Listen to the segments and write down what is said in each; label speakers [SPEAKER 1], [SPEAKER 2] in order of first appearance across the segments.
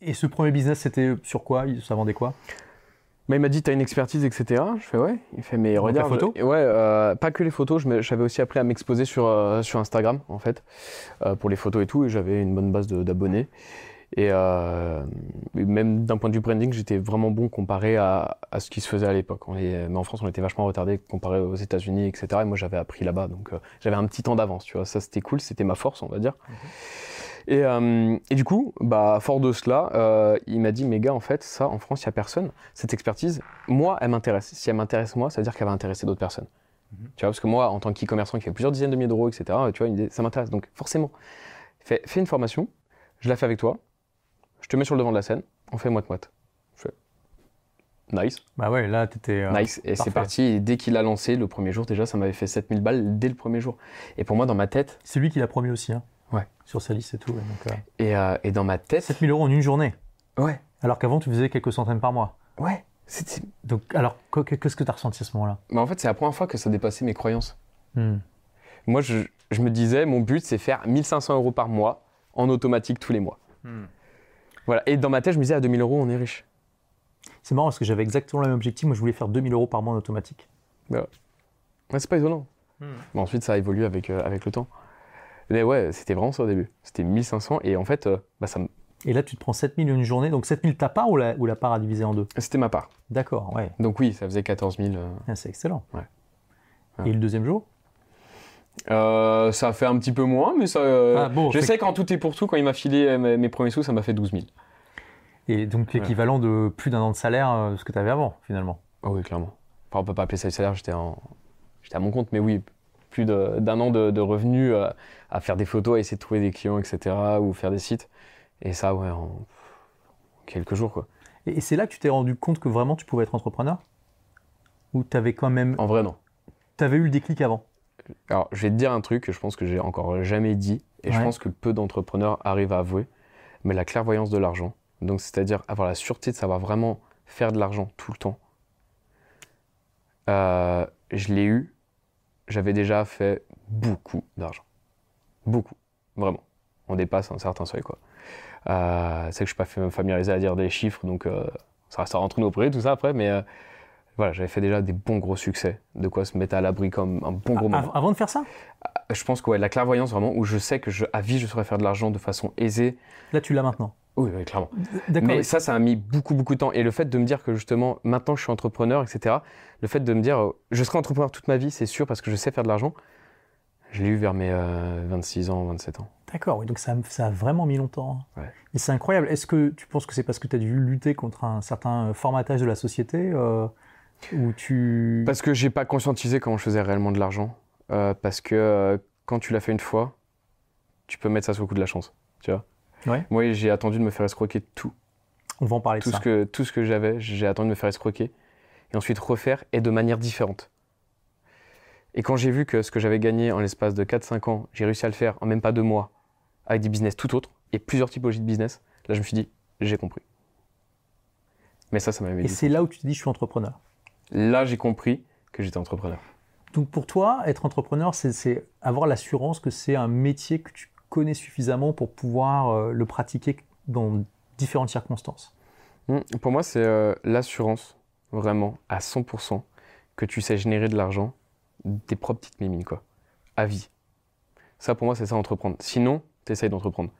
[SPEAKER 1] Et ce premier business, c'était sur quoi Ça vendait quoi
[SPEAKER 2] Mais il m'a dit, t'as une expertise, etc. Je fais, ouais. Il fait, mais
[SPEAKER 1] Donc,
[SPEAKER 2] regarde.
[SPEAKER 1] la photo
[SPEAKER 2] je- Ouais, euh, pas que les photos. je me- J'avais aussi appris à m'exposer sur, euh, sur Instagram, en fait, euh, pour les photos et tout. Et j'avais une bonne base de- d'abonnés. Et euh, même d'un point de vue branding, j'étais vraiment bon comparé à, à ce qui se faisait à l'époque. On est- Mais en France, on était vachement retardé comparé aux États-Unis, etc. Et moi, j'avais appris là-bas. Donc, euh, j'avais un petit temps d'avance, tu vois. Ça, c'était cool. C'était ma force, on va dire. Et, euh, et du coup, bah, fort de cela, euh, il m'a dit, mes gars, en fait, ça, en France, il n'y a personne. Cette expertise, moi, elle m'intéresse. Si elle m'intéresse, moi, ça veut dire qu'elle va intéresser d'autres personnes. Tu vois, parce que moi, en tant qu'e-commerçant qui fait plusieurs dizaines de milliers d'euros, etc., tu vois, il me dit, ça m'intéresse. Donc, forcément, fais, fais une formation, je la fais avec toi, je te mets sur le devant de la scène, on fait moite-moite. Je fais, nice.
[SPEAKER 1] Bah ouais, là, t'étais. euh,
[SPEAKER 2] Nice, et
[SPEAKER 1] parfait.
[SPEAKER 2] c'est parti. Et dès qu'il a lancé le premier jour, déjà, ça m'avait fait 7000 balles dès le premier jour. Et pour moi, dans ma tête,
[SPEAKER 1] C'est lui qui l'a promis aussi, hein.
[SPEAKER 2] Ouais.
[SPEAKER 1] Sur sa liste et tout. et donc, euh,
[SPEAKER 2] et, euh, et dans ma tête,
[SPEAKER 1] 7000 euros en une journée.
[SPEAKER 2] ouais,
[SPEAKER 1] Alors qu'avant, tu faisais quelques centaines par mois.
[SPEAKER 2] ouais, c'était
[SPEAKER 1] Donc, alors, que- que- qu'est-ce que t'as ressenti à ce moment-là
[SPEAKER 2] Mais en fait, c'est la première fois que ça dépassait mes croyances.
[SPEAKER 1] Hmm.
[SPEAKER 2] Moi, je, je me disais, mon but, c'est faire 1500 euros par mois en automatique tous les mois. Voilà. Et dans ma tête, je me disais, à 2000 euros, on est riche.
[SPEAKER 1] C'est marrant parce que j'avais exactement le même objectif. Moi, je voulais faire 2000 euros par mois en automatique.
[SPEAKER 2] Ouais, c'est pas étonnant.
[SPEAKER 1] Hmm.
[SPEAKER 2] Mais ensuite, ça a évolué avec, euh, avec le temps. Mais ouais, c'était vraiment ça au début. C'était 1500 et en fait, euh, bah, ça me-
[SPEAKER 1] Et là, tu te prends 7000 en une journée. Donc, 7000 ta part ou la, ou la part à diviser en deux
[SPEAKER 2] c'était ma part.
[SPEAKER 1] D'accord, ouais.
[SPEAKER 2] Donc oui, ça faisait 14 000. euh.
[SPEAKER 1] Ah, C'est excellent.
[SPEAKER 2] Ouais.
[SPEAKER 1] Et le deuxième jour
[SPEAKER 2] Euh, ça fait un petit peu moins, mais ça. euh,
[SPEAKER 1] Ah, bon,
[SPEAKER 2] je
[SPEAKER 1] fait-
[SPEAKER 2] sais qu'en tout et pour tout, quand il m'a filé euh, mes, mes premiers sous, ça m'a fait 12 000.
[SPEAKER 1] Et donc, l'équivalent de plus d'un an de salaire, euh, de ce que tu avais avant, finalement.
[SPEAKER 2] Ah oui, clairement. Enfin, on peut pas appeler ça du salaire, j'étais en... j'étais à mon compte, mais oui, plus de- d'un an de, de revenus euh, à faire des photos, à essayer de trouver des clients, etc., ou faire des sites. Et ça, ouais, en quelques jours, quoi.
[SPEAKER 1] Et, et c'est là que tu t'es rendu compte que vraiment tu pouvais être entrepreneur Ou tu avais quand même.
[SPEAKER 2] En vrai, non.
[SPEAKER 1] Tu avais eu le déclic avant
[SPEAKER 2] Alors, je vais te dire un truc que je pense que j'ai encore jamais dit, et je
[SPEAKER 1] Ouais.
[SPEAKER 2] pense que peu d'entrepreneurs arrivent à avouer, mais la clairvoyance de l'argent. Donc, c'est-à-dire avoir la sûreté de savoir vraiment faire de l'argent tout le temps. Euh, je l'ai eu. J'avais déjà fait beaucoup d'argent. Beaucoup. Vraiment. On dépasse un certain seuil, quoi. Euh, c'est que je ne suis pas familiarisé à dire des chiffres, donc euh, ça restera entre nos prix, tout ça après, mais euh, voilà, j'avais fait déjà des bons gros succès. De quoi se mettre à l'abri comme un bon gros
[SPEAKER 1] Ah,
[SPEAKER 2] moment.
[SPEAKER 1] av- Avant de faire ça
[SPEAKER 2] Je pense que ouais, la clairvoyance vraiment, où je sais que je, à vie, je saurais faire de l'argent de façon aisée.
[SPEAKER 1] Là, tu l'as maintenant.
[SPEAKER 2] Oui, oui, clairement.
[SPEAKER 1] D'accord.
[SPEAKER 2] Mais
[SPEAKER 1] et-
[SPEAKER 2] ça, ça a mis beaucoup, beaucoup de temps. Et le fait de me dire que justement, maintenant, je suis entrepreneur, etc., le fait de me dire, euh, je serai entrepreneur toute ma vie, c'est sûr, parce que je sais faire de l'argent, je l'ai eu vers mes euh, 26 ans, 27 ans.
[SPEAKER 1] D'accord, oui, donc ça, ça a vraiment mis longtemps.
[SPEAKER 2] Ouais.
[SPEAKER 1] Et c'est incroyable. Est-ce que tu penses que c'est parce que tu as dû lutter contre un certain euh, formatage de la société euh, où tu.
[SPEAKER 2] Parce que j'ai pas conscientisé comment je faisais réellement de l'argent. Euh, parce que euh, quand tu l'as fait une fois, tu peux mettre ça sous le coup de la chance. Tu vois
[SPEAKER 1] Ouais.
[SPEAKER 2] Moi, j'ai attendu de me faire escroquer tout.
[SPEAKER 1] On va en parler
[SPEAKER 2] tout
[SPEAKER 1] de ça.
[SPEAKER 2] ce que tout ce que j'avais, j'ai attendu de me faire escroquer et ensuite refaire et de manière différente. Et quand j'ai vu que ce que j'avais gagné en l'espace de 4-5 ans, j'ai réussi à le faire en même pas deux mois avec des business tout autres et plusieurs typologies de business, là je me suis dit j'ai compris. Mais ça, ça m'a mis.
[SPEAKER 1] Et c'est là où tu te dis je suis entrepreneur.
[SPEAKER 2] Là, j'ai compris que j'étais entrepreneur.
[SPEAKER 1] Donc pour toi, être entrepreneur, c'est- c'est avoir l'assurance que c'est un métier que tu connais suffisamment pour pouvoir euh, le pratiquer dans différentes circonstances.
[SPEAKER 2] Hmm, Pour moi, c'est euh, l'assurance, vraiment, à 100%, que tu sais générer de l'argent, tes propres petites mimines, quoi. À vie. Ça, pour moi, c'est ça, entreprendre. Sinon, t'essayes d'entreprendre.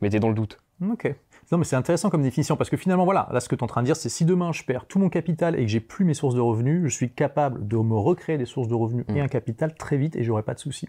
[SPEAKER 2] Mais t'es dans le doute.
[SPEAKER 1] Ok. Non, mais c'est intéressant comme définition parce que finalement, voilà, là, ce que tu es en train de dire, c'est si demain je perds tout mon capital et que j'ai plus mes sources de revenus, je suis capable de me recréer des sources de revenus et
[SPEAKER 2] Mm.
[SPEAKER 1] un capital très vite et j'aurai pas de soucis.